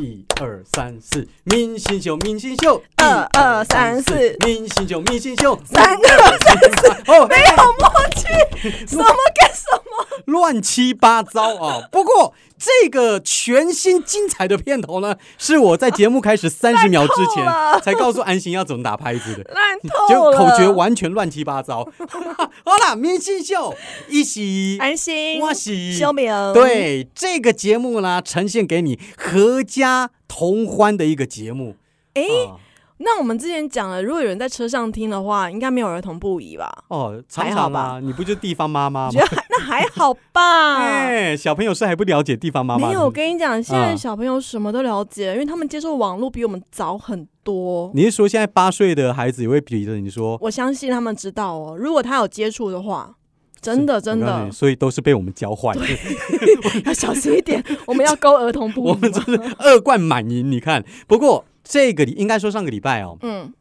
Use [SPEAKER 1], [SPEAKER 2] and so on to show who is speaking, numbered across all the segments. [SPEAKER 1] 一二三四，明星秀，明星秀，一
[SPEAKER 2] 二二三四，
[SPEAKER 1] 明星秀，明星秀，
[SPEAKER 2] 三个三四，
[SPEAKER 1] 哦，
[SPEAKER 2] 没有默契，什么跟什么？
[SPEAKER 1] 乱七八糟啊！不过这个全新精彩的片头呢，是我在节目开始三十秒之前
[SPEAKER 2] 烂透了
[SPEAKER 1] 才告诉安心要怎么打拍子的。
[SPEAKER 2] 烂
[SPEAKER 1] 结
[SPEAKER 2] 透
[SPEAKER 1] 果
[SPEAKER 2] 了！
[SPEAKER 1] 口诀完全乱七八糟。 好啦，明星秀一喜，
[SPEAKER 2] 安心，
[SPEAKER 1] 我喜，
[SPEAKER 2] 修明，，
[SPEAKER 1] 对这个节目呢，呈现给你合家同欢的一个节目。
[SPEAKER 2] 哎、
[SPEAKER 1] 啊
[SPEAKER 2] 那我们之前讲了，如果有人在车上听的话，应该没有儿童不宜吧？
[SPEAKER 1] 哦，常
[SPEAKER 2] 还好
[SPEAKER 1] 常啊，你不就地方妈妈
[SPEAKER 2] 我
[SPEAKER 1] 吗
[SPEAKER 2] 觉？得还那还 好吧。
[SPEAKER 1] 哎，小朋友是还不了解地方妈妈的。
[SPEAKER 2] 没有，我跟你讲，现在
[SPEAKER 1] 啊
[SPEAKER 2] 小朋友什么都了解，因为他们接受网络比我们早很多。
[SPEAKER 1] 你是说现在八岁的孩子也会比着你说？
[SPEAKER 2] 我相信他们知道哦，如果他有接触的话，真的真
[SPEAKER 1] 我告诉
[SPEAKER 2] 的
[SPEAKER 1] 你所以都是被我们教坏的。
[SPEAKER 2] 要小心一点。 我们要勾儿童不
[SPEAKER 1] 我
[SPEAKER 2] 宜
[SPEAKER 1] 们
[SPEAKER 2] 嘛。
[SPEAKER 1] 真的 恶贯满盈，你看。不过这个礼应该说上个礼拜哦，
[SPEAKER 2] 嗯，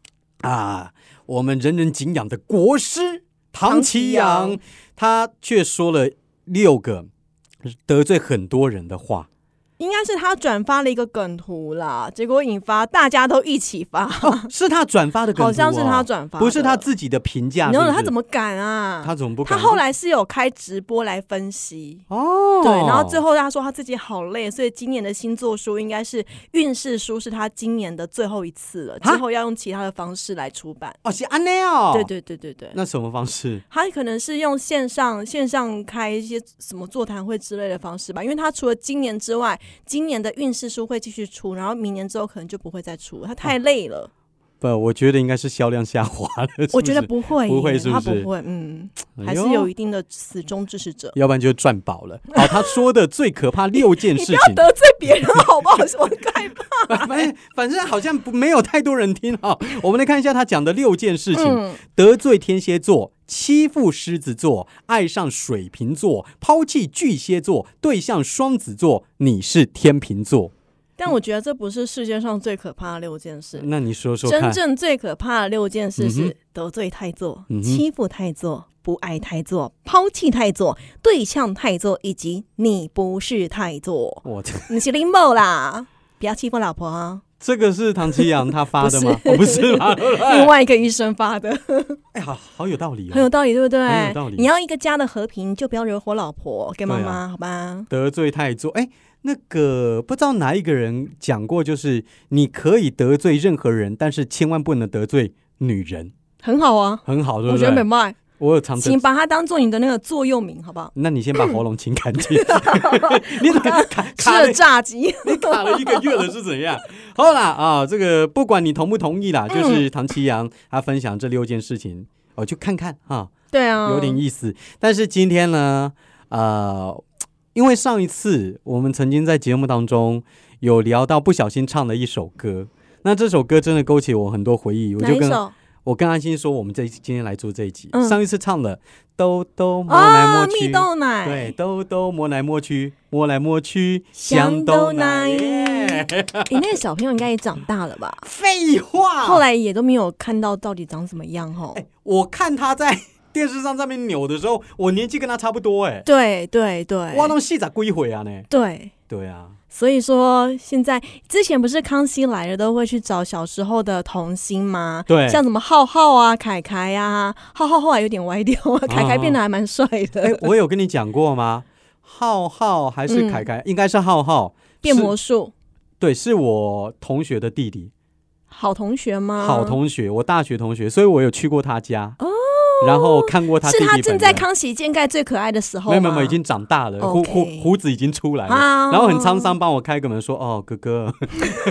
[SPEAKER 1] 啊，我们人人敬仰的国师唐
[SPEAKER 2] 唐
[SPEAKER 1] 奇
[SPEAKER 2] 奇
[SPEAKER 1] 阳
[SPEAKER 2] 阳，
[SPEAKER 1] 他却说了六个得罪很多人的 话。
[SPEAKER 2] 应该是他转发了一个梗图啦，结果引发大家都一起发，
[SPEAKER 1] 是他转发的梗图哦、
[SPEAKER 2] 好像是他转发的，
[SPEAKER 1] 不是他自己的评价。
[SPEAKER 2] 你知道他
[SPEAKER 1] 是
[SPEAKER 2] 怎
[SPEAKER 1] 不
[SPEAKER 2] 么敢啊？
[SPEAKER 1] 是他怎么不
[SPEAKER 2] 他
[SPEAKER 1] 敢？
[SPEAKER 2] 后来是有开直播来分析。
[SPEAKER 1] 哦，
[SPEAKER 2] 对，然后最后他说他自己好累，所以今年的星座书应该是运势书，是他今年的最后一次了，之
[SPEAKER 1] 啊
[SPEAKER 2] 后要用其他的方式来出版。
[SPEAKER 1] 哦是安内哦，
[SPEAKER 2] 对，对对对对，
[SPEAKER 1] 那什么方式？
[SPEAKER 2] 他可能是用线上线上开一些什么座谈会之类的方式吧，因为他除了今年之外，今年的运势书会继续出，然后明年之后可能就不会再出，他
[SPEAKER 1] 哦
[SPEAKER 2] 太累了。
[SPEAKER 1] 不，我觉得应该是销量下滑了。 是不是
[SPEAKER 2] 我觉得不会耶，
[SPEAKER 1] 不会是不
[SPEAKER 2] 他不
[SPEAKER 1] 是
[SPEAKER 2] 会，嗯，还
[SPEAKER 1] 哎呦
[SPEAKER 2] 是有一定的死忠支持者。
[SPEAKER 1] 要不然就赚饱了。 好，他说的最可怕六件
[SPEAKER 2] 你
[SPEAKER 1] 事情
[SPEAKER 2] 不要，得罪别人好不好？ 我 害怕。
[SPEAKER 1] 反反正好像不没有太多人听哈、 我们来看一下他讲的六件事情：
[SPEAKER 2] 嗯，
[SPEAKER 1] 得罪天蝎座、欺负狮子座、爱上水瓶座、抛弃巨蟹座、对象双子座，你是天秤座。
[SPEAKER 2] 但我觉得这不是世界上最可怕的六件事。
[SPEAKER 1] 那你说说
[SPEAKER 2] 真
[SPEAKER 1] 看，
[SPEAKER 2] 正最可怕的六件事
[SPEAKER 1] 嗯
[SPEAKER 2] 是
[SPEAKER 1] 哼
[SPEAKER 2] 得罪太座、
[SPEAKER 1] 嗯哼
[SPEAKER 2] 欺负太座、不爱太座、抛弃太座、对象太座，以及你不是太座，
[SPEAKER 1] 我这
[SPEAKER 2] 你是林某啦。不要欺负老婆啊！
[SPEAKER 1] 这个是唐奇阳他发的吗？
[SPEAKER 2] 不是
[SPEAKER 1] 哦不是吧？
[SPEAKER 2] 另外一个医生发的，
[SPEAKER 1] 哎，好好有道理
[SPEAKER 2] 很有
[SPEAKER 1] 哦。
[SPEAKER 2] 道理，对不对？
[SPEAKER 1] 很有道理
[SPEAKER 2] 你要一个家的和平，就不要惹火老婆跟妈
[SPEAKER 1] 对
[SPEAKER 2] 妈，
[SPEAKER 1] 啊
[SPEAKER 2] 好吧？
[SPEAKER 1] 得罪太座，哎，那个不知道哪一个人讲过，就是你可以得罪任何人，但是千万不能得罪女人，
[SPEAKER 2] 很好啊，
[SPEAKER 1] 很好，对
[SPEAKER 2] 我
[SPEAKER 1] 不
[SPEAKER 2] 觉得没
[SPEAKER 1] 对？
[SPEAKER 2] 卖，
[SPEAKER 1] 我有常
[SPEAKER 2] 请把它当做你的那个座右铭，好不好？
[SPEAKER 1] 那你先把喉咙清干 净。 你怎么卡
[SPEAKER 2] 吃
[SPEAKER 1] 卡了
[SPEAKER 2] 了炸鸡，
[SPEAKER 1] 你卡了一个月了是怎样？好啦啊，这个不管你同不同意啦，就是唐奇阳他分享这六件事情，我、就看看啊，
[SPEAKER 2] 对啊，
[SPEAKER 1] 有点意思。但是今天呢，呃，因为上一次我们曾经在节目当中有聊到不小心唱了一首歌。那这首歌真的勾起我很多回忆，我
[SPEAKER 2] 哪
[SPEAKER 1] 就
[SPEAKER 2] 一
[SPEAKER 1] 跟
[SPEAKER 2] 首？
[SPEAKER 1] 我跟安心说，我们这一今天来做这一集。
[SPEAKER 2] 嗯
[SPEAKER 1] 上一次唱了兜兜摸来摸
[SPEAKER 2] 哦，
[SPEAKER 1] 去，
[SPEAKER 2] 蜜豆奶，
[SPEAKER 1] 对，，兜兜摸来摸去，摸来摸去，
[SPEAKER 2] 香豆奶
[SPEAKER 1] 耶
[SPEAKER 2] 你、那个小朋友应该也长大了吧？
[SPEAKER 1] 废话。
[SPEAKER 2] 后，来也都没有看到到底长什么样哦。
[SPEAKER 1] 嗯哎，我看他在 电视上上面扭的时候，我年纪跟他差不多，哎，
[SPEAKER 2] 对对对，
[SPEAKER 1] 哇，那戏咋归回啊呢？
[SPEAKER 2] 对，
[SPEAKER 1] 对啊，
[SPEAKER 2] 所以说现在之前不是康熙来了都会去找小时候的童星吗？
[SPEAKER 1] 对
[SPEAKER 2] 像什么浩浩啊、凯凯啊，浩浩后来有点歪掉啊，凯凯变得还蛮帅
[SPEAKER 1] 哎
[SPEAKER 2] 的，，
[SPEAKER 1] 我有跟你讲过吗？浩浩还是凯凯？应该是浩浩。
[SPEAKER 2] 嗯变
[SPEAKER 1] 是
[SPEAKER 2] 魔术，
[SPEAKER 1] 对，是我同学的弟弟，
[SPEAKER 2] 好同学吗？
[SPEAKER 1] 好同学，我大学同学，所以我有去过他家，哦，然后看过他弟
[SPEAKER 2] 是
[SPEAKER 1] 弟
[SPEAKER 2] 他
[SPEAKER 1] 本人。
[SPEAKER 2] 正在康熙建盖最可爱的时候
[SPEAKER 1] 没有
[SPEAKER 2] 吗？
[SPEAKER 1] 没有没有，已经长大了，胡胡
[SPEAKER 2] OK
[SPEAKER 1] 胡子已经出来了，
[SPEAKER 2] 啊
[SPEAKER 1] 然后很沧桑帮我开个门说：“哦，哥哥，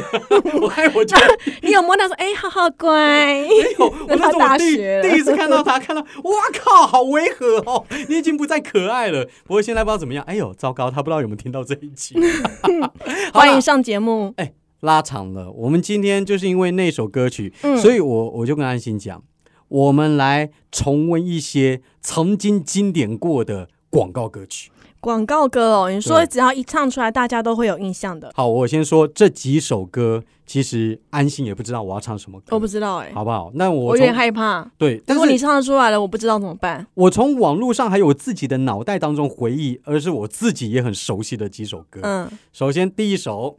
[SPEAKER 1] 我还我就
[SPEAKER 2] 你有摸到说，哎、浩浩 乖，
[SPEAKER 1] 没有，哦我那
[SPEAKER 2] 他
[SPEAKER 1] 是我
[SPEAKER 2] 大
[SPEAKER 1] 第
[SPEAKER 2] 学
[SPEAKER 1] 第一次看到他，看到哇靠，好违和哦，你已经不再可爱了。不过现在不知道怎么样，哎呦，糟糕，他不知道有没有听到这一 集，好啦
[SPEAKER 2] 欢迎上节目。
[SPEAKER 1] 拉长了。我们今天就是因为那首歌曲，
[SPEAKER 2] 嗯
[SPEAKER 1] 所以我我就跟安心讲，我们来重温一些曾经经典过的广告歌曲。
[SPEAKER 2] 广告歌哦，你说
[SPEAKER 1] 对
[SPEAKER 2] 只要一唱出来，大家都会有印象的。
[SPEAKER 1] 好，我先说这几首歌，其实安心也不知道我要唱什么歌，
[SPEAKER 2] 我不知道哎、
[SPEAKER 1] 好不好？那我
[SPEAKER 2] 我有点
[SPEAKER 1] 从
[SPEAKER 2] 害怕。
[SPEAKER 1] 对，
[SPEAKER 2] 如
[SPEAKER 1] 但
[SPEAKER 2] 果你
[SPEAKER 1] 是
[SPEAKER 2] 唱得出来了，我不知道怎么办。
[SPEAKER 1] 我从网络上还有我自己的脑袋当中回忆，而是我自己也很熟悉的几首歌。
[SPEAKER 2] 嗯，
[SPEAKER 1] 首先第一首，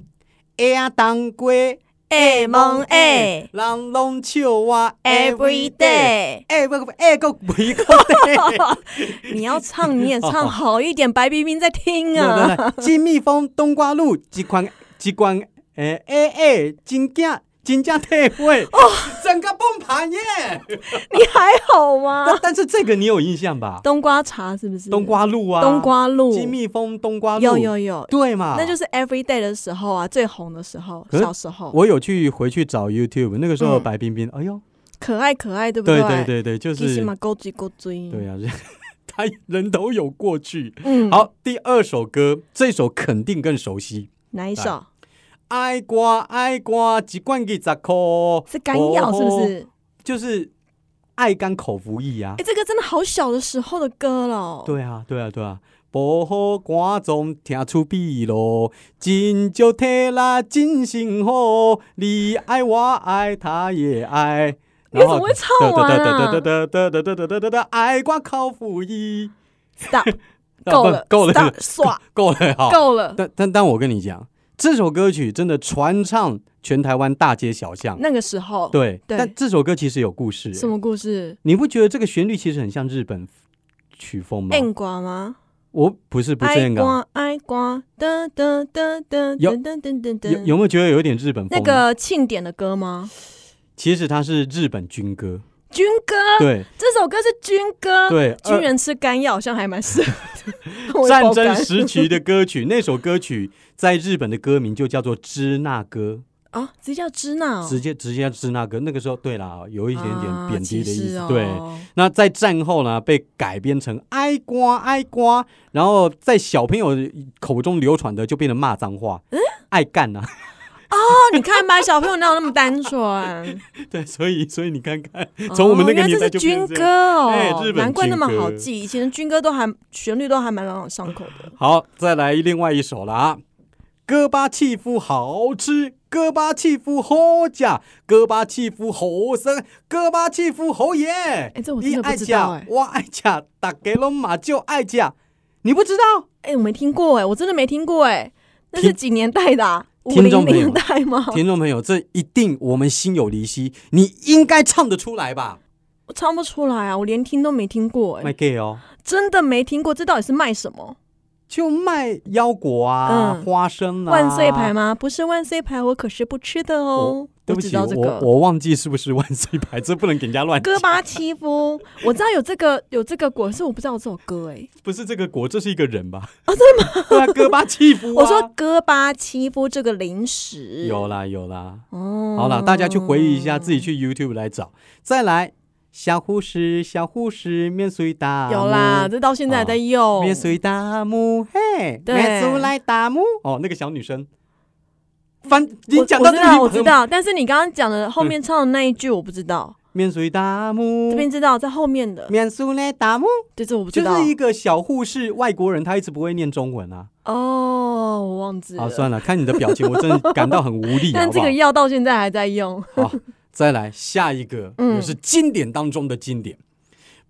[SPEAKER 1] 哎呀当归，
[SPEAKER 2] 哎蒙哎
[SPEAKER 1] 人拢笑我
[SPEAKER 2] ，every。day。
[SPEAKER 1] 哎不不哎个不 一个 day，
[SPEAKER 2] 你要唱你也唱好一点，白冰冰在听啊。
[SPEAKER 1] 对金蜜蜂冬瓜露，
[SPEAKER 2] 嗯
[SPEAKER 1] 一款一款哎哎哎，真正真正退位，
[SPEAKER 2] 哦
[SPEAKER 1] 整个崩盘耶！
[SPEAKER 2] 你还好吗
[SPEAKER 1] 但？但是这个你有印象吧？
[SPEAKER 2] 冬瓜茶是不是？
[SPEAKER 1] 冬、瓜露啊，
[SPEAKER 2] 嗯冬瓜露，
[SPEAKER 1] 金蜜蜂冬瓜露，
[SPEAKER 2] 有有有，
[SPEAKER 1] 对嘛？
[SPEAKER 2] 那就是 every day 的时候啊，最红的时候，
[SPEAKER 1] 可是
[SPEAKER 2] 小时候，
[SPEAKER 1] 我有去回去找 YouTube，那个时候
[SPEAKER 2] 哦嗯
[SPEAKER 1] 白冰冰，哎呦，
[SPEAKER 2] 可爱可爱，对不
[SPEAKER 1] 对对
[SPEAKER 2] 对
[SPEAKER 1] 对对，就
[SPEAKER 2] 其实
[SPEAKER 1] 是
[SPEAKER 2] 嘛，勾追勾追。
[SPEAKER 1] 对啊， 他人都有过去。
[SPEAKER 2] 嗯，，
[SPEAKER 1] 好，第二首歌，这首肯定更熟悉。
[SPEAKER 2] 哪一首？
[SPEAKER 1] 爱瓜爱瓜，一罐给十颗，
[SPEAKER 2] 是干药是不
[SPEAKER 1] 哦？
[SPEAKER 2] 是？
[SPEAKER 1] 就是爱肝口服液啊
[SPEAKER 2] 哎，。这个真的好小的时候的歌了。，哦
[SPEAKER 1] 对啊，对啊，对啊。无好歌总听出味咯，真少体力真辛苦，你爱我爱他也爱。
[SPEAKER 2] 你怎么会唱完啊
[SPEAKER 1] 哒哒哒哒哒哒哒哒哒，爱瓜口服液。
[SPEAKER 2] stop，够 了，
[SPEAKER 1] 啊够了，
[SPEAKER 2] stop，耍
[SPEAKER 1] 够了，好。
[SPEAKER 2] 够了。
[SPEAKER 1] 但但但我跟你讲，这首歌曲真的传唱全台湾大街小巷。
[SPEAKER 2] 那个时候，
[SPEAKER 1] 对，
[SPEAKER 2] 哦对
[SPEAKER 1] 但这首歌其实有故事、
[SPEAKER 2] 什么故事？
[SPEAKER 1] 你不觉得这个旋律其实很像日本曲风吗？
[SPEAKER 2] 硬瓜吗？
[SPEAKER 1] 我不是不是
[SPEAKER 2] 爱
[SPEAKER 1] 那个，
[SPEAKER 2] 瓜爱瓜，噔噔噔噔
[SPEAKER 1] 有
[SPEAKER 2] 噔噔噔噔
[SPEAKER 1] 有
[SPEAKER 2] 噔。
[SPEAKER 1] 有没有觉得有点日本风？
[SPEAKER 2] 那，个庆典的歌吗？
[SPEAKER 1] 其实它是日本军歌。
[SPEAKER 2] 军歌，
[SPEAKER 1] 对
[SPEAKER 2] 这首歌是军歌。
[SPEAKER 1] 对，
[SPEAKER 2] 啊军
[SPEAKER 1] 呃
[SPEAKER 2] 人吃干药好像还蛮适合的 我会
[SPEAKER 1] 战
[SPEAKER 2] 爆
[SPEAKER 1] 争
[SPEAKER 2] 肝
[SPEAKER 1] 时期的歌曲，那首歌曲在日本的歌名就叫做《支那歌
[SPEAKER 2] 啊，直接叫支那》，哦，
[SPEAKER 1] 直接直接叫支那歌。那个时候，对啦，有一点点贬低的意思，
[SPEAKER 2] 啊
[SPEAKER 1] 对。
[SPEAKER 2] 歧视哦
[SPEAKER 1] 那在战后呢，被改编成哀瓜哀瓜，然后在小朋友口中流传的就变成骂脏话，
[SPEAKER 2] 嗯
[SPEAKER 1] 爱干啊呐、
[SPEAKER 2] 哦，你看吧，小朋友哪有那么单纯？
[SPEAKER 1] 对，所以所以你看看， 从我们那个
[SPEAKER 2] 哦原
[SPEAKER 1] 年
[SPEAKER 2] 来
[SPEAKER 1] 代
[SPEAKER 2] 这
[SPEAKER 1] 就是
[SPEAKER 2] 军
[SPEAKER 1] 变成这
[SPEAKER 2] 歌
[SPEAKER 1] 样。
[SPEAKER 2] 哦，
[SPEAKER 1] 哎日本
[SPEAKER 2] 难怪那么
[SPEAKER 1] 军歌
[SPEAKER 2] 好记，以前的军歌都还旋律都还蛮朗朗上口的。
[SPEAKER 1] 好，再来另外一首了啊，戈巴契夫好吃。戈巴契夫好假，戈巴契夫好生，戈巴契夫好耶！
[SPEAKER 2] 哎，这我真
[SPEAKER 1] 你
[SPEAKER 2] 的
[SPEAKER 1] 爱
[SPEAKER 2] 不知道
[SPEAKER 1] 吃
[SPEAKER 2] 哎，
[SPEAKER 1] 我爱吃，大家拢嘛就爱吃，你不知道？
[SPEAKER 2] 哎，我没听过哎，我真的没听过哎，那是
[SPEAKER 1] 听
[SPEAKER 2] 几年代的啊？五
[SPEAKER 1] 听众
[SPEAKER 2] 零
[SPEAKER 1] 朋友
[SPEAKER 2] 年代吗？
[SPEAKER 1] 听众朋友，这一定我们心有灵犀，你应该唱得出来吧？
[SPEAKER 2] 我唱不出来啊，我连听都没听过哎
[SPEAKER 1] 卖，gay 哦，
[SPEAKER 2] 真的没听过，这到底是卖什么？
[SPEAKER 1] 就卖腰果啊、
[SPEAKER 2] 嗯
[SPEAKER 1] 花生啊、
[SPEAKER 2] 万岁牌？吗？不是万岁牌，我可是不吃的哦。
[SPEAKER 1] 对
[SPEAKER 2] 我
[SPEAKER 1] 不
[SPEAKER 2] 知
[SPEAKER 1] 起，
[SPEAKER 2] 道这
[SPEAKER 1] 我
[SPEAKER 2] 个
[SPEAKER 1] 我忘记是不是万岁牌，这不能给人家乱
[SPEAKER 2] 戈
[SPEAKER 1] 讲。
[SPEAKER 2] 巴契夫，我知道有这个有这个果，是我不知道有这首歌哎、
[SPEAKER 1] 不是这个果，这是一个人吧？
[SPEAKER 2] 哦
[SPEAKER 1] 啊，真的吗？ 对啊，戈巴契夫、啊。
[SPEAKER 2] 我说戈巴契夫这个零食
[SPEAKER 1] 有啦有啦，
[SPEAKER 2] 哦，
[SPEAKER 1] 好啦，大家去回忆一下，自己去 YouTube 来找。再来，小护士，小护士，面水大
[SPEAKER 2] 有啦，
[SPEAKER 1] 木，
[SPEAKER 2] 这到现在还在用。
[SPEAKER 1] 面水大木嘿，
[SPEAKER 2] 对
[SPEAKER 1] 面水来大木哦，那个小女生。翻，你
[SPEAKER 2] 我
[SPEAKER 1] 讲
[SPEAKER 2] 我
[SPEAKER 1] 到
[SPEAKER 2] 知
[SPEAKER 1] 这
[SPEAKER 2] 道，
[SPEAKER 1] 里，
[SPEAKER 2] 我知道，但是你刚刚讲的后面唱的那一句我不知道，
[SPEAKER 1] 面水大木
[SPEAKER 2] 这，边知道，在后面的，
[SPEAKER 1] 面水来大木，
[SPEAKER 2] 对，这我不知
[SPEAKER 1] 就
[SPEAKER 2] 道
[SPEAKER 1] 是。一个小护士，外国人，他一直不会念中文啊。
[SPEAKER 2] 哦，我忘记
[SPEAKER 1] 好，
[SPEAKER 2] 了。
[SPEAKER 1] 算了，看你的表情，我真的感到很无力，好
[SPEAKER 2] 但
[SPEAKER 1] 不
[SPEAKER 2] 这
[SPEAKER 1] 好
[SPEAKER 2] 个？药到现在还在用。
[SPEAKER 1] 好，再来下一个，
[SPEAKER 2] 嗯
[SPEAKER 1] 也是经典当中的经典。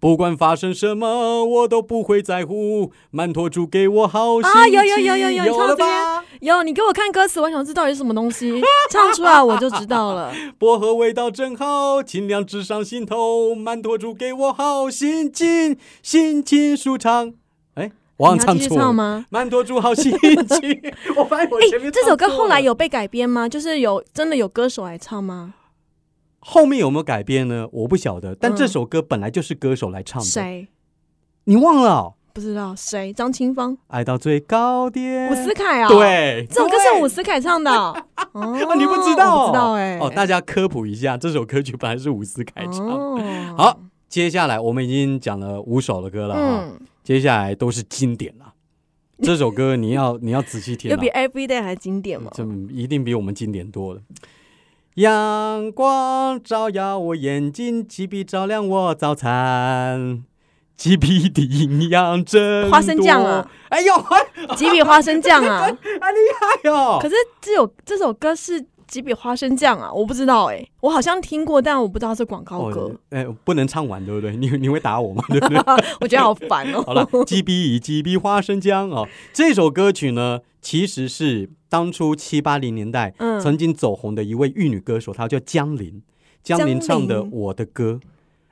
[SPEAKER 1] 不管发生什么，我都不会在乎。曼陀珠给我好心情，
[SPEAKER 2] 啊有有有有有
[SPEAKER 1] 有
[SPEAKER 2] 你
[SPEAKER 1] 了
[SPEAKER 2] 唱到这边
[SPEAKER 1] 吧？
[SPEAKER 2] 有，你给我看歌词，我想知道底是什么 东西，唱出来我就知道了。
[SPEAKER 1] 薄荷味道真好，清凉直上心头。曼陀珠给我好心情，心情舒畅。哎，我好
[SPEAKER 2] 你
[SPEAKER 1] 像
[SPEAKER 2] 要
[SPEAKER 1] 唱
[SPEAKER 2] 继续
[SPEAKER 1] 错了
[SPEAKER 2] 唱。吗？
[SPEAKER 1] 曼陀珠好心情， 我发现我前面
[SPEAKER 2] 哎这首歌
[SPEAKER 1] 唱错
[SPEAKER 2] 后来
[SPEAKER 1] 了
[SPEAKER 2] 有被改编吗？就是有真的有歌手来唱吗？
[SPEAKER 1] 后面有没有改编呢？我不晓得，但
[SPEAKER 2] 嗯
[SPEAKER 1] 这首歌本来就是歌手来唱的，
[SPEAKER 2] 谁
[SPEAKER 1] 你忘了哦？
[SPEAKER 2] 不知道？谁？张清芳、
[SPEAKER 1] 爱到最高点，
[SPEAKER 2] 伍思凯
[SPEAKER 1] 呃
[SPEAKER 2] 啊？，
[SPEAKER 1] 对，
[SPEAKER 2] 这首歌
[SPEAKER 1] 对
[SPEAKER 2] 是伍思凯 唱的哦。哦
[SPEAKER 1] 啊，你不知道、哦？
[SPEAKER 2] 我不知道哎。
[SPEAKER 1] 哦，大家科普一下，这首歌曲本来是伍思凯唱。
[SPEAKER 2] 哦
[SPEAKER 1] 好，接下来我们已经讲了五首的歌了哈、
[SPEAKER 2] 嗯，
[SPEAKER 1] 接下来都是经典了。这首歌你要 你要仔细听、
[SPEAKER 2] 有
[SPEAKER 1] 啊
[SPEAKER 2] 比，Everyday 还经典吗？
[SPEAKER 1] 这一定比我们经典多了。阳光照耀我眼睛，几笔照亮我早餐，几笔的营养真多
[SPEAKER 2] 花生酱啊！
[SPEAKER 1] 哎呦，哎
[SPEAKER 2] 几笔花生酱啊！
[SPEAKER 1] 呦
[SPEAKER 2] 可，是这首这首歌是几笔花生酱啊？我不知道哎，我好像听过，但我不知道是广告歌
[SPEAKER 1] 哦，， 哎、不能唱完，对不对？你你会打我吗？ 对不对？
[SPEAKER 2] 我觉得好烦哦。
[SPEAKER 1] 啊好了，鸡逼以鸡逼花生酱哦，这首歌曲呢，其实是当初七八零年代
[SPEAKER 2] 嗯，
[SPEAKER 1] 曾经走红的一位玉女歌手，她叫江玲，江玲唱的《
[SPEAKER 2] 江玲
[SPEAKER 1] 我的歌》，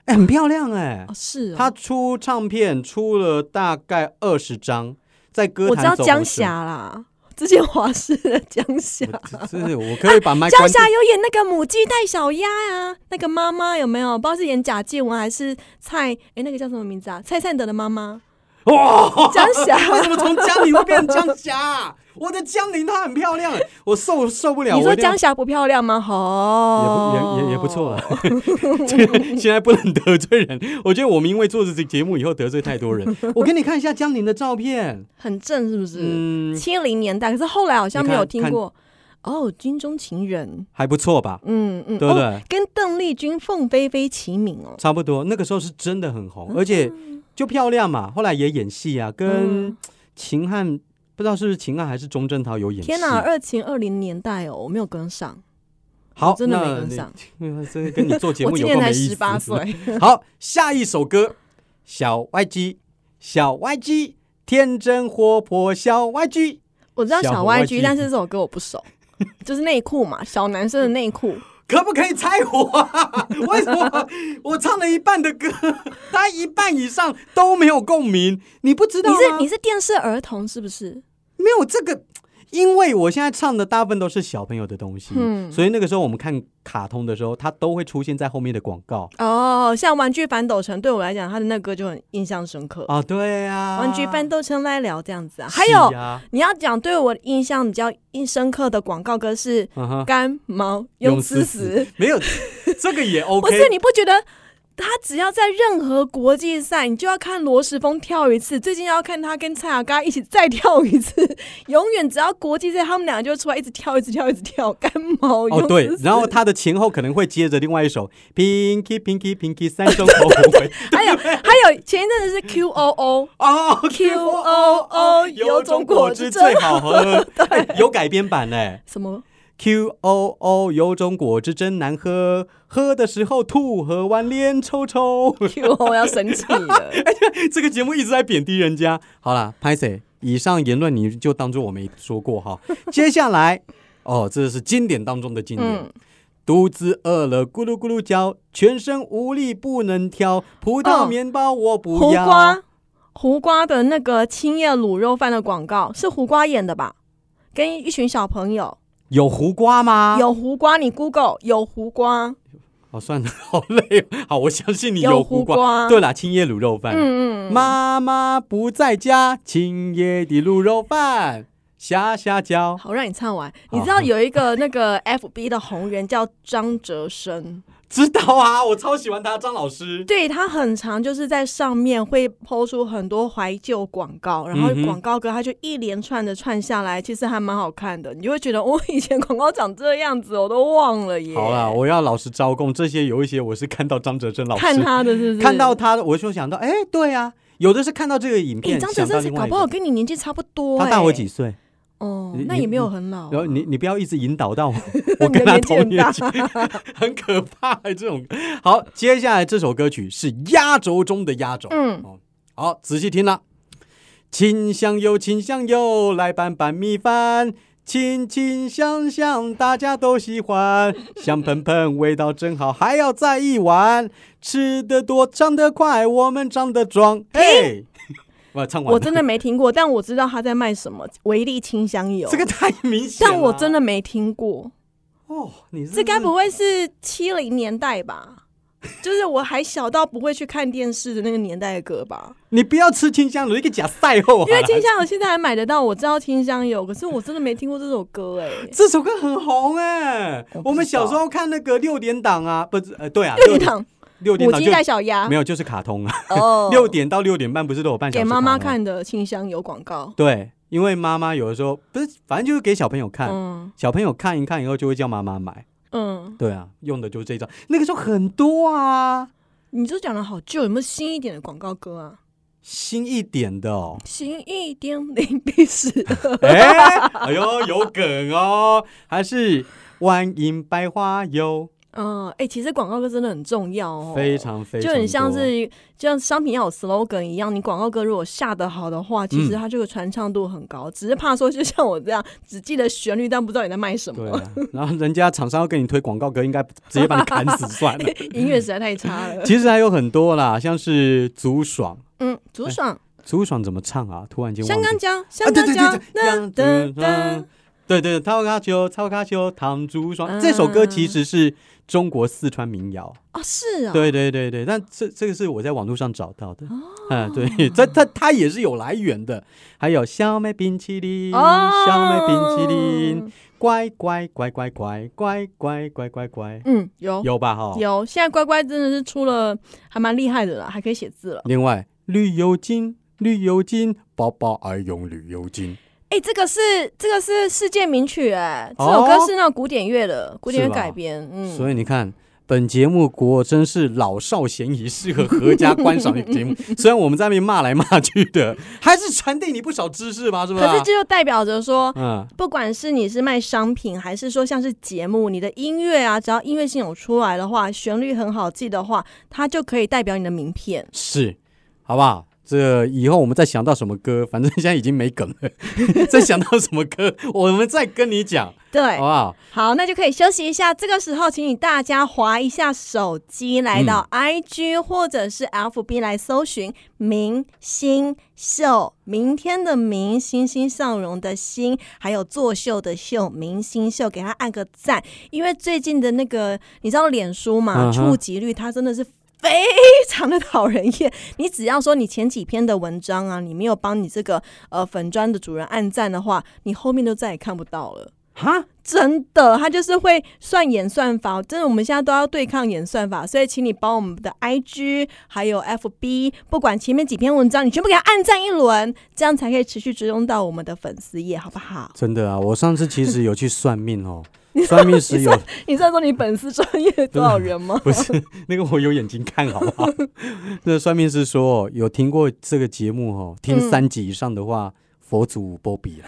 [SPEAKER 1] 哎，很漂亮哎、
[SPEAKER 2] 哦是哦，
[SPEAKER 1] 她出唱片出了大概二十张，在歌
[SPEAKER 2] 我知道
[SPEAKER 1] 坛走
[SPEAKER 2] 江
[SPEAKER 1] 红是。
[SPEAKER 2] 霞啦，之前华视的江霞，
[SPEAKER 1] 我真的，我可以把麦
[SPEAKER 2] 江
[SPEAKER 1] 关掉。
[SPEAKER 2] 霞有演那个母鸡带小鸭啊，那个妈妈有没有？不知道是演贾静雯还是蔡，哎、那个叫什么名字啊？蔡善德的妈妈，
[SPEAKER 1] 哇！
[SPEAKER 2] 江霞
[SPEAKER 1] 为什么从江玲会变成江霞啊？我的江玲她很漂亮，哎我受受 不了。
[SPEAKER 2] 你
[SPEAKER 1] 我
[SPEAKER 2] 说
[SPEAKER 1] 一定要
[SPEAKER 2] 江霞不漂亮吗？哦，
[SPEAKER 1] 也不也也也不错啊， 这个现在不能得罪人。我觉得我们因为做这期节目以后得罪太多人。我给你看一下江宁的照片，
[SPEAKER 2] 很正是不是？
[SPEAKER 1] 嗯，
[SPEAKER 2] 七零、年代，可是后来好像没有
[SPEAKER 1] 你看
[SPEAKER 2] 听
[SPEAKER 1] 看
[SPEAKER 2] 过哦，《军中情人》，
[SPEAKER 1] 还不错吧？
[SPEAKER 2] 嗯嗯，
[SPEAKER 1] 对不对？
[SPEAKER 2] 哦跟邓丽君、凤飞飞齐名哦，
[SPEAKER 1] 差不多，那个时候是真的很
[SPEAKER 2] 嗯
[SPEAKER 1] 红，而且就漂亮嘛。后来也演戏啊，跟
[SPEAKER 2] 嗯
[SPEAKER 1] 秦汉不知道是不是秦汉还是钟镇涛有演戏。
[SPEAKER 2] 天哪，二零二零年代哦，我没有跟上，
[SPEAKER 1] 好，
[SPEAKER 2] 真的没
[SPEAKER 1] 哦那
[SPEAKER 2] 跟
[SPEAKER 1] 你嗯
[SPEAKER 2] 上，
[SPEAKER 1] 这个跟你做节
[SPEAKER 2] 我
[SPEAKER 1] 目
[SPEAKER 2] 今
[SPEAKER 1] 有
[SPEAKER 2] 年
[SPEAKER 1] 够没
[SPEAKER 2] 才
[SPEAKER 1] 意
[SPEAKER 2] 十
[SPEAKER 1] 思。
[SPEAKER 2] 八岁。
[SPEAKER 1] 好，下一首歌，小歪鸡，小歪鸡，天真活泼小歪鸡。
[SPEAKER 2] 我知道
[SPEAKER 1] 小
[SPEAKER 2] 小
[SPEAKER 1] 红外
[SPEAKER 2] YG，
[SPEAKER 1] 机
[SPEAKER 2] 但是这首歌我不 熟，就是内裤嘛，小男生的内裤。
[SPEAKER 1] 可不可以拆我、啊？ 为什么我唱了一半的歌，他一半以上都没有共鸣？你不知道啊
[SPEAKER 2] 你
[SPEAKER 1] 吗？
[SPEAKER 2] 是你是电视儿童是不是？
[SPEAKER 1] 没有这个，因为我现在唱的大部分都是小朋友的东西，
[SPEAKER 2] 嗯
[SPEAKER 1] 所以那个时候我们看卡通的时候，它都会出现在后面的广告
[SPEAKER 2] 哦，像《玩具反斗城》对我来讲，他的那歌就很印象深刻。
[SPEAKER 1] 啊，对啊，
[SPEAKER 2] 玩具反斗城来聊这样子啊，
[SPEAKER 1] 是
[SPEAKER 2] 还有、
[SPEAKER 1] 啊，
[SPEAKER 2] 你要讲对我印象比较印深刻的广告歌是
[SPEAKER 1] 嗯
[SPEAKER 2] 《
[SPEAKER 1] 哼，
[SPEAKER 2] 干毛
[SPEAKER 1] 用
[SPEAKER 2] 用丝
[SPEAKER 1] 丝
[SPEAKER 2] 丝》，
[SPEAKER 1] 没有这个 也 OK，
[SPEAKER 2] 不是你不觉得？他只要在任何国际赛，你就要看罗时峰跳一次，最近要看他跟蔡雅刚一起再跳一次， 永远只要国际赛，他们俩就出来一直跳，一直跳，一直跳，干毛
[SPEAKER 1] 哦，对，然后他的前后可能会接着另外一首 Pinky Pinky Pinky 三种口 红回
[SPEAKER 2] 还有还有前一阵子是 Q O O，
[SPEAKER 1] 哦
[SPEAKER 2] QOO 有种果汁
[SPEAKER 1] 最
[SPEAKER 2] 真
[SPEAKER 1] 好喝，哎有改编版嘞
[SPEAKER 2] 什么
[SPEAKER 1] Q O O 有种果汁真难喝，喝的时候吐，喝完脸抽抽。
[SPEAKER 2] Q O 要生气了，
[SPEAKER 1] 哎这个节目一直在贬低人家。好啦，拍谁？以上言论你就当做我没说过 哈。接下来，哦，这是经典当中的经典。
[SPEAKER 2] 嗯，
[SPEAKER 1] 肚子饿了，咕噜咕噜叫，全身无力不能挑，葡萄
[SPEAKER 2] 哦
[SPEAKER 1] 面包我
[SPEAKER 2] 胡
[SPEAKER 1] 不要。
[SPEAKER 2] 瓜胡瓜的那个青叶卤肉饭的广告是胡瓜演的吧？跟一群小朋友，
[SPEAKER 1] 有胡瓜吗？。
[SPEAKER 2] 有胡瓜，你 Google 有胡瓜，
[SPEAKER 1] 哦，算了，好累、哦。好，我相信你有
[SPEAKER 2] 有
[SPEAKER 1] 胡
[SPEAKER 2] 胡
[SPEAKER 1] 瓜。
[SPEAKER 2] 瓜，
[SPEAKER 1] 对啦，青叶卤肉饭。
[SPEAKER 2] 嗯嗯，
[SPEAKER 1] 妈妈不在家，青叶的卤肉饭下下脚。
[SPEAKER 2] 好，让你唱完。
[SPEAKER 1] 好
[SPEAKER 2] 你知道有一个那个 FB 的红人叫张哲生，
[SPEAKER 1] 知道啊，我超喜欢他，张老师。
[SPEAKER 2] 对他很常就是在上面会抛出很多怀旧广告，然后
[SPEAKER 1] 嗯哼
[SPEAKER 2] 广告歌他就一连串的串下来，其实还蛮好看的。你就会觉得我、哦以前广告长这样子，我都忘了 耶。
[SPEAKER 1] 好啦，我要老实招供，这些有一些我是看到张哲生老师，
[SPEAKER 2] 看他的是不是？
[SPEAKER 1] 看到他的，我就想到，哎，对啊，有的是看到这个影
[SPEAKER 2] 诶。
[SPEAKER 1] 片，
[SPEAKER 2] 哎张哲
[SPEAKER 1] 想到
[SPEAKER 2] 生
[SPEAKER 1] 另
[SPEAKER 2] 搞
[SPEAKER 1] 外一
[SPEAKER 2] 不好
[SPEAKER 1] 个。
[SPEAKER 2] 跟你年纪差不多、
[SPEAKER 1] 他
[SPEAKER 2] 诶
[SPEAKER 1] 大我几？岁？
[SPEAKER 2] 哦
[SPEAKER 1] 你，
[SPEAKER 2] 那
[SPEAKER 1] 你
[SPEAKER 2] 也没有很老啊、
[SPEAKER 1] 然后你你不要一直引导到我，我
[SPEAKER 2] 你的
[SPEAKER 1] 跟他
[SPEAKER 2] 年纪
[SPEAKER 1] 同
[SPEAKER 2] 很
[SPEAKER 1] 年
[SPEAKER 2] 大
[SPEAKER 1] 纪， 很可怕、这种。好，接下来这首歌曲是压轴中的压轴，
[SPEAKER 2] 嗯，
[SPEAKER 1] 好，仔细听了。亲香油，亲香油，来拌拌米饭，亲亲香香，大家都喜欢，香喷喷，味道真好，还要再一碗。吃得多，长得快，我们长得 壮。嘿，我唱完了，
[SPEAKER 2] 我真的没听过，但我知道他在卖什么维力清香油。
[SPEAKER 1] 这个太明显了。
[SPEAKER 2] 但我真的没听过，
[SPEAKER 1] 哦，你是
[SPEAKER 2] 这该不会是七零年代吧？ 就是我还小到不会去看电视的那个年代的歌吧，
[SPEAKER 1] 你不要吃清香油，你给假赛后啊好
[SPEAKER 2] 因为
[SPEAKER 1] 了
[SPEAKER 2] 清香油现在还买得到，我知道清香油，可是我真的没听过这首歌哎、
[SPEAKER 1] 这首歌很红哎、
[SPEAKER 2] 我不知道
[SPEAKER 1] 我们小时候看那个六点档啊，不是呃，对啊，
[SPEAKER 2] 六点档
[SPEAKER 1] 六点
[SPEAKER 2] 母
[SPEAKER 1] 档
[SPEAKER 2] 鸡
[SPEAKER 1] 就
[SPEAKER 2] 带小鸭
[SPEAKER 1] 没有就是卡通啊。
[SPEAKER 2] 哦
[SPEAKER 1] 六点到六点半不是都有半小
[SPEAKER 2] 给
[SPEAKER 1] 时
[SPEAKER 2] 妈妈
[SPEAKER 1] 卡吗？
[SPEAKER 2] 看的清香油广告，
[SPEAKER 1] 对，因为妈妈有的时候不是，反正就是给小朋友看，
[SPEAKER 2] 嗯
[SPEAKER 1] 小朋友看一看以后就会叫妈妈买。
[SPEAKER 2] 嗯，
[SPEAKER 1] 对啊，用的就是这一招。那个时候很多啊，
[SPEAKER 2] 你就讲的好旧，有没有新一点的广告歌啊？。
[SPEAKER 1] 新一点的哦
[SPEAKER 2] 新一点零比十二
[SPEAKER 1] 哎，哎呦，有梗哦，还是万应百花油，
[SPEAKER 2] 嗯，哎、其实广告歌真的很重要哦，
[SPEAKER 1] 非常非常
[SPEAKER 2] 就
[SPEAKER 1] 多，
[SPEAKER 2] 很像是就像商品要有 slogan 一样，你广告歌如果下得好的话，其实
[SPEAKER 1] 嗯
[SPEAKER 2] 它这个传唱度很高。只是怕说就像我这样，只记得旋律，但不知道你在卖什
[SPEAKER 1] 对
[SPEAKER 2] 么，
[SPEAKER 1] 啊。然后人家厂商要给你推广告歌，应该直接把你砍死算了。
[SPEAKER 2] 音乐实在太差 了。
[SPEAKER 1] 其实还有很多啦，像是竹爽，
[SPEAKER 2] 嗯，竹爽、
[SPEAKER 1] 竹爽怎么唱啊？突然间哎忘
[SPEAKER 2] 香
[SPEAKER 1] 记
[SPEAKER 2] 港脚、
[SPEAKER 1] 啊，
[SPEAKER 2] 香
[SPEAKER 1] 对对
[SPEAKER 2] 港脚
[SPEAKER 1] 对，对，
[SPEAKER 2] 噔
[SPEAKER 1] 对
[SPEAKER 2] 噔
[SPEAKER 1] 噔，对对，超卡丘，超卡丘，唐竹双这首歌其实是中国四川民谣，
[SPEAKER 2] 啊，是啊，
[SPEAKER 1] 对对对对，但这这个是我在网络上找到的，啊，对，这它它也是有来源的，还有小妹冰淇淋，
[SPEAKER 2] 哦
[SPEAKER 1] 小妹冰淇淋，，乖乖乖乖乖乖乖乖乖乖，
[SPEAKER 2] 嗯，有
[SPEAKER 1] 有吧哈？
[SPEAKER 2] 有，现在乖乖真的是出了，还蛮厉害的啦，还可以写字了。
[SPEAKER 1] 另外，绿油精，绿油精，宝宝爱用绿油精，
[SPEAKER 2] 哎、这个是这个是世界名曲哎、这首歌
[SPEAKER 1] 哦
[SPEAKER 2] 是那种古典乐的，古典
[SPEAKER 1] 是
[SPEAKER 2] 乐
[SPEAKER 1] 吧
[SPEAKER 2] 改编，嗯，
[SPEAKER 1] 所以你看，本节目果真是老少咸宜，适合合家观赏的节 目。虽然我们在那边骂来骂去的，还是传递你不少知识吧，是吧？
[SPEAKER 2] 可是这就代表着说，
[SPEAKER 1] 嗯，
[SPEAKER 2] 不管是你是卖商品，还是说像是节目，你的音乐啊，只要音乐性有出来的话，旋律很好记的话，它就可以代表你的名片。
[SPEAKER 1] 是，好不好？这以后我们再想到什么歌，反正现在已经没梗了。 再想到什么歌，我们再跟你讲，
[SPEAKER 2] 对
[SPEAKER 1] 好不，好？
[SPEAKER 2] 好，那就可以休息一下。这个时候，请你大家划一下手机，来到
[SPEAKER 1] 嗯
[SPEAKER 2] IG 或者是 FB 来搜寻“明星秀”，明天的明，欣欣向荣的欣，还有作秀的秀，明星秀，给他按个赞。因为最近的那个，你知道脸书嘛，
[SPEAKER 1] 嗯哼
[SPEAKER 2] 触及率它真的是。非常的讨人厌，你只要说你前几篇的文章啊，你没有帮你这个呃粉砖的主人按赞的话，你后面就再也看不到了。
[SPEAKER 1] 哈，
[SPEAKER 2] 真的，他就是会算演算法，真的，我们现在都要对抗演算法，所以请你帮我们的 IG 还有 FB，不管前面几篇文章，你全部给它按赞一轮，这样才可以持续追踪到我们的粉丝页，好不好？
[SPEAKER 1] 真的啊！我上次其实有去算命 哦，算命时有
[SPEAKER 2] 你知道说你粉丝专业多少 人吗？
[SPEAKER 1] 不是那个，我有眼睛看好不 好？那算命师说，哦有听过这个节目哦，听
[SPEAKER 2] 嗯
[SPEAKER 1] 三集以上的话，佛祖无波比了，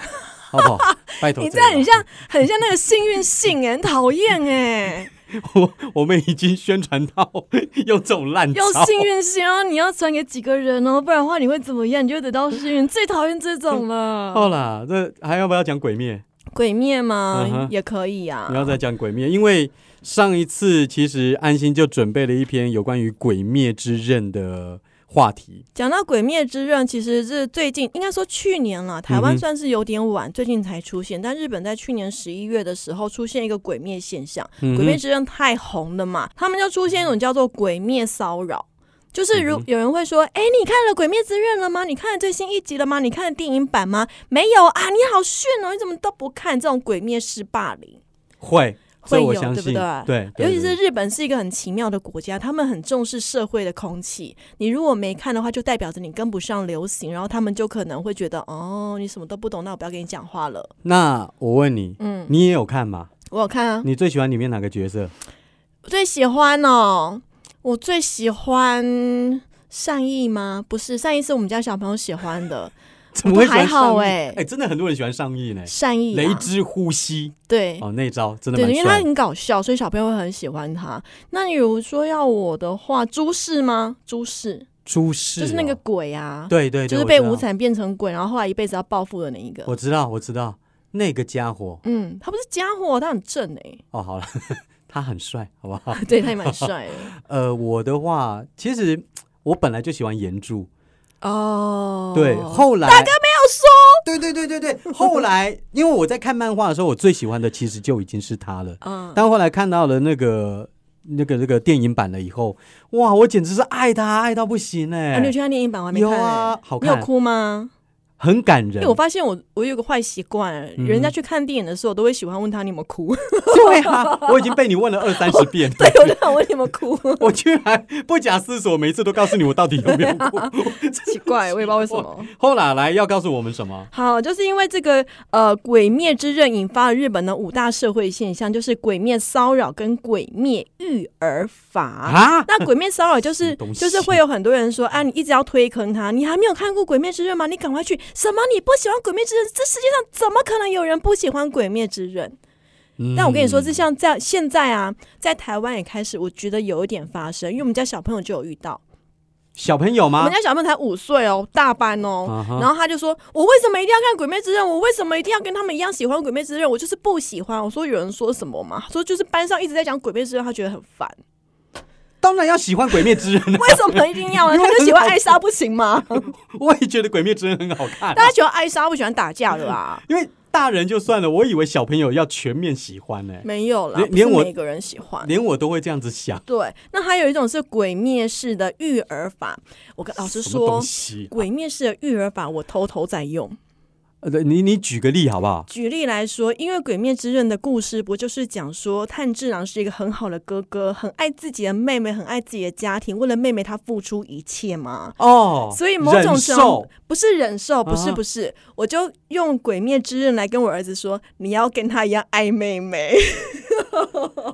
[SPEAKER 1] 好不好？ 拜托，
[SPEAKER 2] 你这样很像很像那个幸运性哎、很讨厌 哎，
[SPEAKER 1] 我，我们已经宣传到 用这种烂招
[SPEAKER 2] 用，幸运性，然后你要传给几个人哦，不然的话你会怎么样？你就会得到幸运，最讨厌这种
[SPEAKER 1] 好啦，
[SPEAKER 2] 了。
[SPEAKER 1] 这还要不要讲鬼灭？
[SPEAKER 2] 鬼灭
[SPEAKER 1] 嗯
[SPEAKER 2] 嘛
[SPEAKER 1] 哼
[SPEAKER 2] 也可以啊呀、
[SPEAKER 1] 你要再讲鬼灭，因为上一次其实安心就准备了一篇有关于鬼灭之刃的话题，
[SPEAKER 2] 讲到《鬼灭之刃》，其实是最近应该说去年了，台
[SPEAKER 1] 嗯
[SPEAKER 2] 湾
[SPEAKER 1] 哼
[SPEAKER 2] 算是有点晚，最近才出现。但日本在去年十一月的时候出现一个鬼灭现象，
[SPEAKER 1] 嗯哼
[SPEAKER 2] 鬼灭之刃》太红了嘛，他们就出现一种叫做“鬼灭骚扰”。就是如
[SPEAKER 1] 嗯哼
[SPEAKER 2] 有人会说，哎、你看了《鬼灭之刃》了吗？你看了最新一集了吗？你看了电影版吗？没有啊！你好逊哦，你怎么都不看？这种鬼灭式霸凌，
[SPEAKER 1] 会，
[SPEAKER 2] 会
[SPEAKER 1] 这我
[SPEAKER 2] 有
[SPEAKER 1] 相
[SPEAKER 2] 对不
[SPEAKER 1] 信，
[SPEAKER 2] 对
[SPEAKER 1] 对，对
[SPEAKER 2] 尤其
[SPEAKER 1] 对
[SPEAKER 2] 是日本是一个很奇妙的国家，他们很重视社会的空气。你如果没看的话，就代表着你跟不上流行，然后他们就可能会觉得，哦，你什么都不懂，那我不要跟你讲话了。
[SPEAKER 1] 那我问你，
[SPEAKER 2] 嗯，
[SPEAKER 1] 你也有看吗？
[SPEAKER 2] 我有看啊，
[SPEAKER 1] 你最喜欢里面哪个角色？
[SPEAKER 2] 我最喜欢哦，我最喜欢善意吗？不是，善意是我们家小朋友喜欢的，
[SPEAKER 1] 怎么会喜
[SPEAKER 2] 还
[SPEAKER 1] 欢上
[SPEAKER 2] 好
[SPEAKER 1] 亿？
[SPEAKER 2] 哎、
[SPEAKER 1] 哎、真的很多人喜欢上亿呢。
[SPEAKER 2] 善意、
[SPEAKER 1] 哎雷
[SPEAKER 2] 啊，
[SPEAKER 1] 之呼吸
[SPEAKER 2] 对。
[SPEAKER 1] 哦，那一招真的
[SPEAKER 2] 对，
[SPEAKER 1] 蛮
[SPEAKER 2] 因为他
[SPEAKER 1] 帅的。
[SPEAKER 2] 很搞笑，所以小朋友会很喜欢他。那你如果说要我的话，朱氏吗？朱氏
[SPEAKER 1] 朱氏
[SPEAKER 2] 就是那个
[SPEAKER 1] 哦
[SPEAKER 2] 鬼啊，
[SPEAKER 1] 对对对，
[SPEAKER 2] 就是
[SPEAKER 1] 我
[SPEAKER 2] 被
[SPEAKER 1] 知道
[SPEAKER 2] 无。惨变成鬼，然后后来一辈子要报复的那一个。
[SPEAKER 1] 我知道，我知道，那个家伙
[SPEAKER 2] 嗯，他不是家伙，他很正哎、
[SPEAKER 1] 哦，好了， 他很帅，好不好？
[SPEAKER 2] 对，他也蛮帅的。
[SPEAKER 1] 呃，我的话，其实我本来就喜欢岩柱，
[SPEAKER 2] 哦，
[SPEAKER 1] 对，后来大哥没有说，对对对对对， 后来因为我在看漫画的时候，我最喜欢的其实就已经是他了，
[SPEAKER 2] 嗯，
[SPEAKER 1] 但后来看到了那个。那个那个电影版了以后，哇，我简直是爱他爱到不行哎、
[SPEAKER 2] 啊，你有去看电影版？我还没看、
[SPEAKER 1] 有
[SPEAKER 2] 欸。
[SPEAKER 1] 啊，好
[SPEAKER 2] 你有
[SPEAKER 1] 看，
[SPEAKER 2] 哭吗？
[SPEAKER 1] 很感
[SPEAKER 2] 因
[SPEAKER 1] 人
[SPEAKER 2] 为我。发现我我有个坏习惯，
[SPEAKER 1] 嗯
[SPEAKER 2] 人家去看电影的时候，我都会喜欢问他你有没 有哭。
[SPEAKER 1] 对啊， 我已经被你问了二三十遍了，
[SPEAKER 2] 对，我就想问你有没 有哭，
[SPEAKER 1] 我居然不假思索，每一次都告诉你我到底有没有 哭。
[SPEAKER 2] 奇怪，我也不知道为什么。
[SPEAKER 1] 后来来要告诉我们什么？
[SPEAKER 2] 好，就是因为这个呃《鬼灭之刃》引发了日本的五大社会现象，就是鬼灭骚扰跟鬼灭育儿法
[SPEAKER 1] 啊
[SPEAKER 2] 那《鬼灭骚扰》就
[SPEAKER 1] 什
[SPEAKER 2] 是
[SPEAKER 1] 么东西
[SPEAKER 2] 就是会有很多人说，啊，你一直要推坑他，你还没有看过《鬼灭之刃》吗？你赶快去！什么？你不喜欢《鬼灭之刃》？这世界上怎么可能有人不喜欢《鬼灭之刃》？
[SPEAKER 1] 嗯
[SPEAKER 2] 但我跟你说，就像在现在啊，在台湾也开始，我觉得有一点发生，因为我们家小朋友就有遇到，
[SPEAKER 1] 小朋友
[SPEAKER 2] 我
[SPEAKER 1] 吗
[SPEAKER 2] 们？家小朋友才五岁哦，大班哦。
[SPEAKER 1] 啊哈
[SPEAKER 2] 然后他就说：“我为什么一定要看《鬼灭之刃》？我为什么一定要跟他们一样喜欢《鬼灭之刃》？我就是不喜欢。”我说：“有人说什么吗？”他说：“就是班上一直在讲《鬼灭之刃》，他觉得很烦。
[SPEAKER 1] 当然要喜欢《鬼灭之刃》啊了，
[SPEAKER 2] 为什么一定要呢？啊他就喜欢艾莎不行吗？
[SPEAKER 1] 我也觉得《鬼灭之刃》很好看啊、
[SPEAKER 2] 大家喜欢艾莎，不喜欢打架啊的啦。
[SPEAKER 1] 因为大人就算了，我以为小朋友要全面喜欢呢、
[SPEAKER 2] 没有啦，
[SPEAKER 1] 连
[SPEAKER 2] 不是
[SPEAKER 1] 连我
[SPEAKER 2] 每个人喜欢。
[SPEAKER 1] 连我都会这样子想。
[SPEAKER 2] 对，那还有一种是鬼灭式的育儿法。我跟老师
[SPEAKER 1] 什么
[SPEAKER 2] 说
[SPEAKER 1] 东，西？啊
[SPEAKER 2] 鬼灭式的育儿法我偷偷在用。
[SPEAKER 1] 呃，对你你举个例好不好？
[SPEAKER 2] 举例来说，因为《鬼灭之刃》的故事不就是讲说炭治郎是一个很好的哥哥，很爱自己的妹妹，很爱自己的家庭，为了妹妹他付出一切吗？
[SPEAKER 1] 哦，
[SPEAKER 2] 所以某种程
[SPEAKER 1] 忍受
[SPEAKER 2] 度不是忍受，不是
[SPEAKER 1] 啊
[SPEAKER 2] 不是，我就用《鬼灭之刃》来跟我儿子说，你要跟他一样爱妹妹。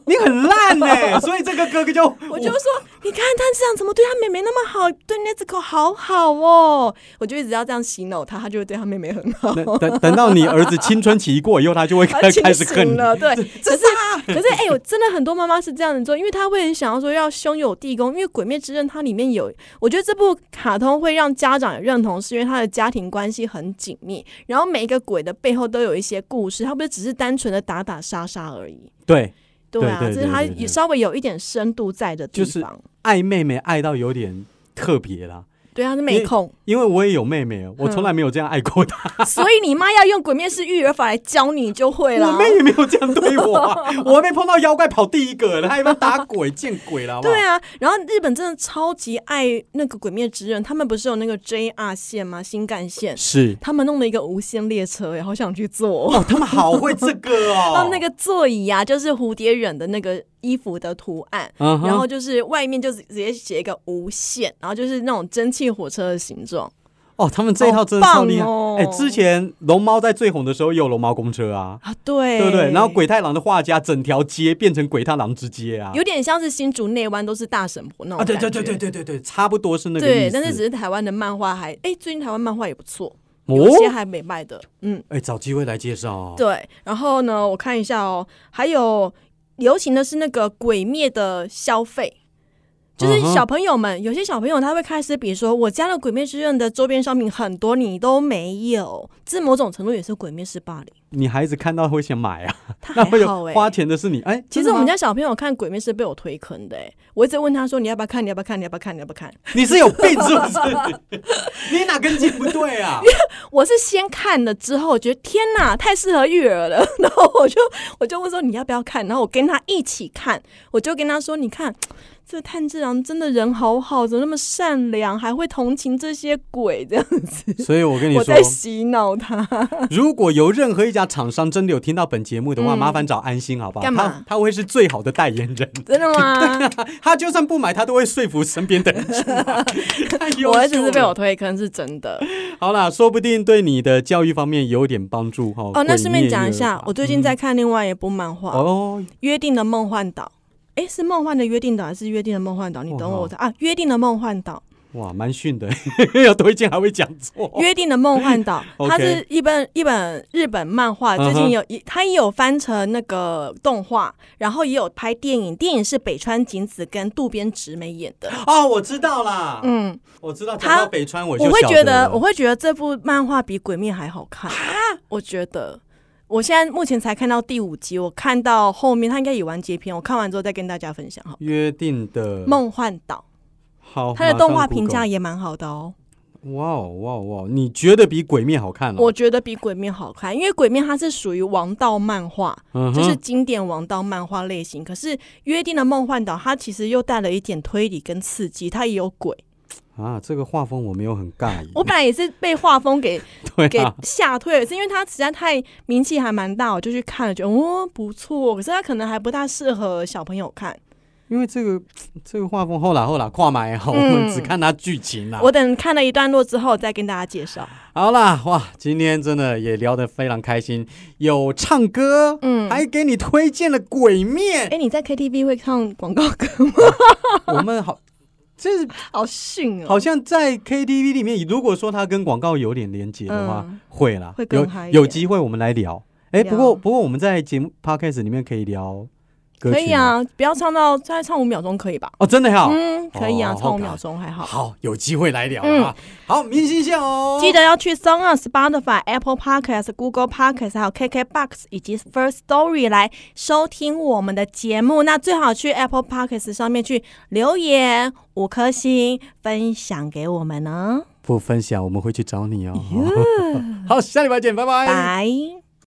[SPEAKER 1] 你很烂呢、所以这个哥哥就
[SPEAKER 2] 我就说，你看炭治郎怎么对他妹妹那么好，对那只狗好好哦。我就一直要这样洗脑他，他就会对他妹妹很好。
[SPEAKER 1] 等等等到你儿子青春期过以后， 他就会
[SPEAKER 2] 他
[SPEAKER 1] 开
[SPEAKER 2] 清
[SPEAKER 1] 开始恨
[SPEAKER 2] 醒
[SPEAKER 1] 你。
[SPEAKER 2] 了，对，可是可是，哎、我真的很多妈妈是这样子做，因为她会很想要说要兄友弟恭，因为《鬼灭之刃》它里面有，我觉得这部卡通会让家长也认同，是因为他的家庭关系很紧密，然后每一个鬼的背后都有一些故事，它不是只是单纯的打打杀杀而已。
[SPEAKER 1] 对，
[SPEAKER 2] 对啊，
[SPEAKER 1] 对
[SPEAKER 2] 这
[SPEAKER 1] 对
[SPEAKER 2] 是它
[SPEAKER 1] 对对对
[SPEAKER 2] 也稍微有一点深度在的地
[SPEAKER 1] 就是
[SPEAKER 2] 方。
[SPEAKER 1] 爱妹妹爱到有点特别啦，
[SPEAKER 2] 对啊，是没空，
[SPEAKER 1] 因为我也有妹妹，我从来没有这样爱过她，
[SPEAKER 2] 所以你妈要用鬼面式育儿法来教你就会
[SPEAKER 1] 我
[SPEAKER 2] 了。
[SPEAKER 1] 妹也没有这样对我、啊， 我还没碰到妖怪跑第一个，她还要打鬼见鬼了，好不好
[SPEAKER 2] 对啊，然后日本真的超级爱那个《鬼灭之刃》，他们不是有那个 JR 线吗？新干线，
[SPEAKER 1] 是
[SPEAKER 2] 他们弄了一个无线列车，哎，好想去坐、哦。
[SPEAKER 1] 哦，他们好会这个
[SPEAKER 2] 然
[SPEAKER 1] 哦
[SPEAKER 2] 后，那个座椅啊，就是蝴蝶忍的那个衣服的图案，
[SPEAKER 1] 嗯哼，
[SPEAKER 2] 然后就是外面就直直接写一个无限，然后就是那种蒸汽火车的形状。
[SPEAKER 1] 哦，他们这一套真的超厉害，哎、
[SPEAKER 2] 好棒哦
[SPEAKER 1] 之前龙猫在最红的时候也有龙猫公车啊，
[SPEAKER 2] 啊，对，
[SPEAKER 1] 对不对？然后鬼太郎的画家整条街变成鬼太郎之街啊，
[SPEAKER 2] 有点像是新竹内湾都是大神婆那种
[SPEAKER 1] 啊，对
[SPEAKER 2] 感
[SPEAKER 1] 对对
[SPEAKER 2] 觉
[SPEAKER 1] 对对对对，差不多是那个
[SPEAKER 2] 对，
[SPEAKER 1] 意思
[SPEAKER 2] 但是只是台湾的漫画还，哎、最近台湾漫画也不错，有些
[SPEAKER 1] 哦，
[SPEAKER 2] 还美卖的，嗯，
[SPEAKER 1] 哎、找机会来介绍哦。
[SPEAKER 2] 对。然后呢，我看一下哦，还有流行的是那个《鬼灭》的消费。就是
[SPEAKER 1] 嗯哼
[SPEAKER 2] 小朋友们有些小朋友他会开始比说，我家的《鬼灭之刃》的周边商品很多，你都没有，这某种程度也是《鬼灭》是霸 凌。
[SPEAKER 1] 你孩子看到会想买 啊，
[SPEAKER 2] 他
[SPEAKER 1] 那会
[SPEAKER 2] 还好
[SPEAKER 1] 有
[SPEAKER 2] 哎、
[SPEAKER 1] 花钱的是你哎、
[SPEAKER 2] 其
[SPEAKER 1] 真
[SPEAKER 2] 实
[SPEAKER 1] 的
[SPEAKER 2] 我
[SPEAKER 1] 吗
[SPEAKER 2] 们家小朋友看《鬼灭》是被我推坑的哎、我一直问他说你要不要看，你要不要看，你要不要看，你要不要看。
[SPEAKER 1] 你是有病是不 是？ 你哪根筋不对啊？
[SPEAKER 2] 我是先看了之后，我觉得天哪，太适合育儿了。 然后我就我就问说你要不要看，然后我跟他一起看，我就跟他说，你看这炭治郎真的人好好，怎么那么善良，还会同情这些鬼这样子。
[SPEAKER 1] 所以我跟你
[SPEAKER 2] 我
[SPEAKER 1] 说
[SPEAKER 2] 在，洗 脑他，
[SPEAKER 1] 如果有任何一家厂商真的有听到本节目的话，
[SPEAKER 2] 嗯
[SPEAKER 1] 麻烦找安心好不好？
[SPEAKER 2] 干嘛
[SPEAKER 1] 他他会是最好的代言人，
[SPEAKER 2] 真的吗？
[SPEAKER 1] 他就算不买，他都会说服身边的人去 买。太优
[SPEAKER 2] 我儿子
[SPEAKER 1] 秀
[SPEAKER 2] 是被我
[SPEAKER 1] 了。
[SPEAKER 2] 推坑，是真的。
[SPEAKER 1] 好啦，说不定对你的教育方面有点帮助哦。
[SPEAKER 2] 哦，那顺便讲一
[SPEAKER 1] 毁灭
[SPEAKER 2] 下
[SPEAKER 1] 吧，
[SPEAKER 2] 我最近在看另外一部漫画《
[SPEAKER 1] 嗯哦，
[SPEAKER 2] 约定的梦幻岛》。诶，是梦幻的约定岛还是约定的梦幻岛？你等我，我才啊，约定的梦幻岛。
[SPEAKER 1] 哇，蛮逊的， 要推荐还会讲错。
[SPEAKER 2] 约定的梦幻岛
[SPEAKER 1] 哦 ，OK
[SPEAKER 2] 它是一本一本日本漫画，
[SPEAKER 1] 嗯哼
[SPEAKER 2] 最近有一它也有翻成那个动画，然后也有拍电影，电影是北川景子跟渡边直美演的。
[SPEAKER 1] 哦，我知道啦，
[SPEAKER 2] 嗯，
[SPEAKER 1] 我知道。
[SPEAKER 2] 他
[SPEAKER 1] 讲到北川，我就
[SPEAKER 2] 我会
[SPEAKER 1] 晓
[SPEAKER 2] 觉得，
[SPEAKER 1] 了
[SPEAKER 2] 我会觉得这部漫画比《鬼灭》还好看我觉得，我现在目前才看到第五集，我看到后面它应该有完结篇，我看完之后再跟大家分享哈。
[SPEAKER 1] 约定的
[SPEAKER 2] 梦幻岛，
[SPEAKER 1] 好，
[SPEAKER 2] 它的动画评
[SPEAKER 1] 嗯哦马
[SPEAKER 2] 价
[SPEAKER 1] 上
[SPEAKER 2] 也蛮好的哦。
[SPEAKER 1] Google。哇哦哇哦哇哦！你觉得比《鬼灭》好看了？哦
[SPEAKER 2] 我觉得比《鬼灭》好看，因为《鬼灭》它是属于王道漫画，
[SPEAKER 1] 嗯
[SPEAKER 2] 就
[SPEAKER 1] 哼
[SPEAKER 2] 是经典王道漫画类型。可是《约定的梦幻岛》它其实又带了一点推理跟刺激，它也有鬼。
[SPEAKER 1] 啊，这个画风我没有很尬意。
[SPEAKER 2] 我本来也是被画 风给
[SPEAKER 1] 对
[SPEAKER 2] 给
[SPEAKER 1] 啊，
[SPEAKER 2] 吓退了，是因为它实在太名气还蛮大，我就去看了，觉得哦不错。可是它可能还不大适合小朋友看。
[SPEAKER 1] 因为这个这个画风后来后来跨买好，我
[SPEAKER 2] 嗯
[SPEAKER 1] 们只看它剧情啦。
[SPEAKER 2] 我等看了一段落之后再跟大家介 绍。
[SPEAKER 1] 好啦，哇，今天真的也聊得非常开心，有唱歌，
[SPEAKER 2] 嗯，哎、
[SPEAKER 1] 还给你推荐了《鬼灭》
[SPEAKER 2] 你在 KTV 会唱广告歌吗？
[SPEAKER 1] 我们好，这是
[SPEAKER 2] 好逊哦，
[SPEAKER 1] 好啊像在 KTV 里面，如果说它跟广告有点连接的话，
[SPEAKER 2] 嗯
[SPEAKER 1] 会啦，
[SPEAKER 2] 会更嗨一
[SPEAKER 1] 有有
[SPEAKER 2] 点
[SPEAKER 1] 机会我们来聊。哎、哎，
[SPEAKER 2] 聊
[SPEAKER 1] 不过不过我们在节目 podcast 里面可以聊歌曲，
[SPEAKER 2] 可以，啊，不要唱到再唱五秒钟可以吧？
[SPEAKER 1] 哦，真的呀，
[SPEAKER 2] 嗯，可以啊，
[SPEAKER 1] 哦
[SPEAKER 2] 唱五秒钟还好。
[SPEAKER 1] 好，有机会来聊啊。好，明星线哦，
[SPEAKER 2] 嗯记得要去 s o n g on Spotify、Apple Podcast、Google Podcast 还有 KKBox 以及 First Story 来收听我们的节目。那最好去 Apple Podcast 上面去留言五颗星，分享给我们呢。哦
[SPEAKER 1] 不分享，我们会去找你哦。好，下礼拜见，拜拜。
[SPEAKER 2] 拜。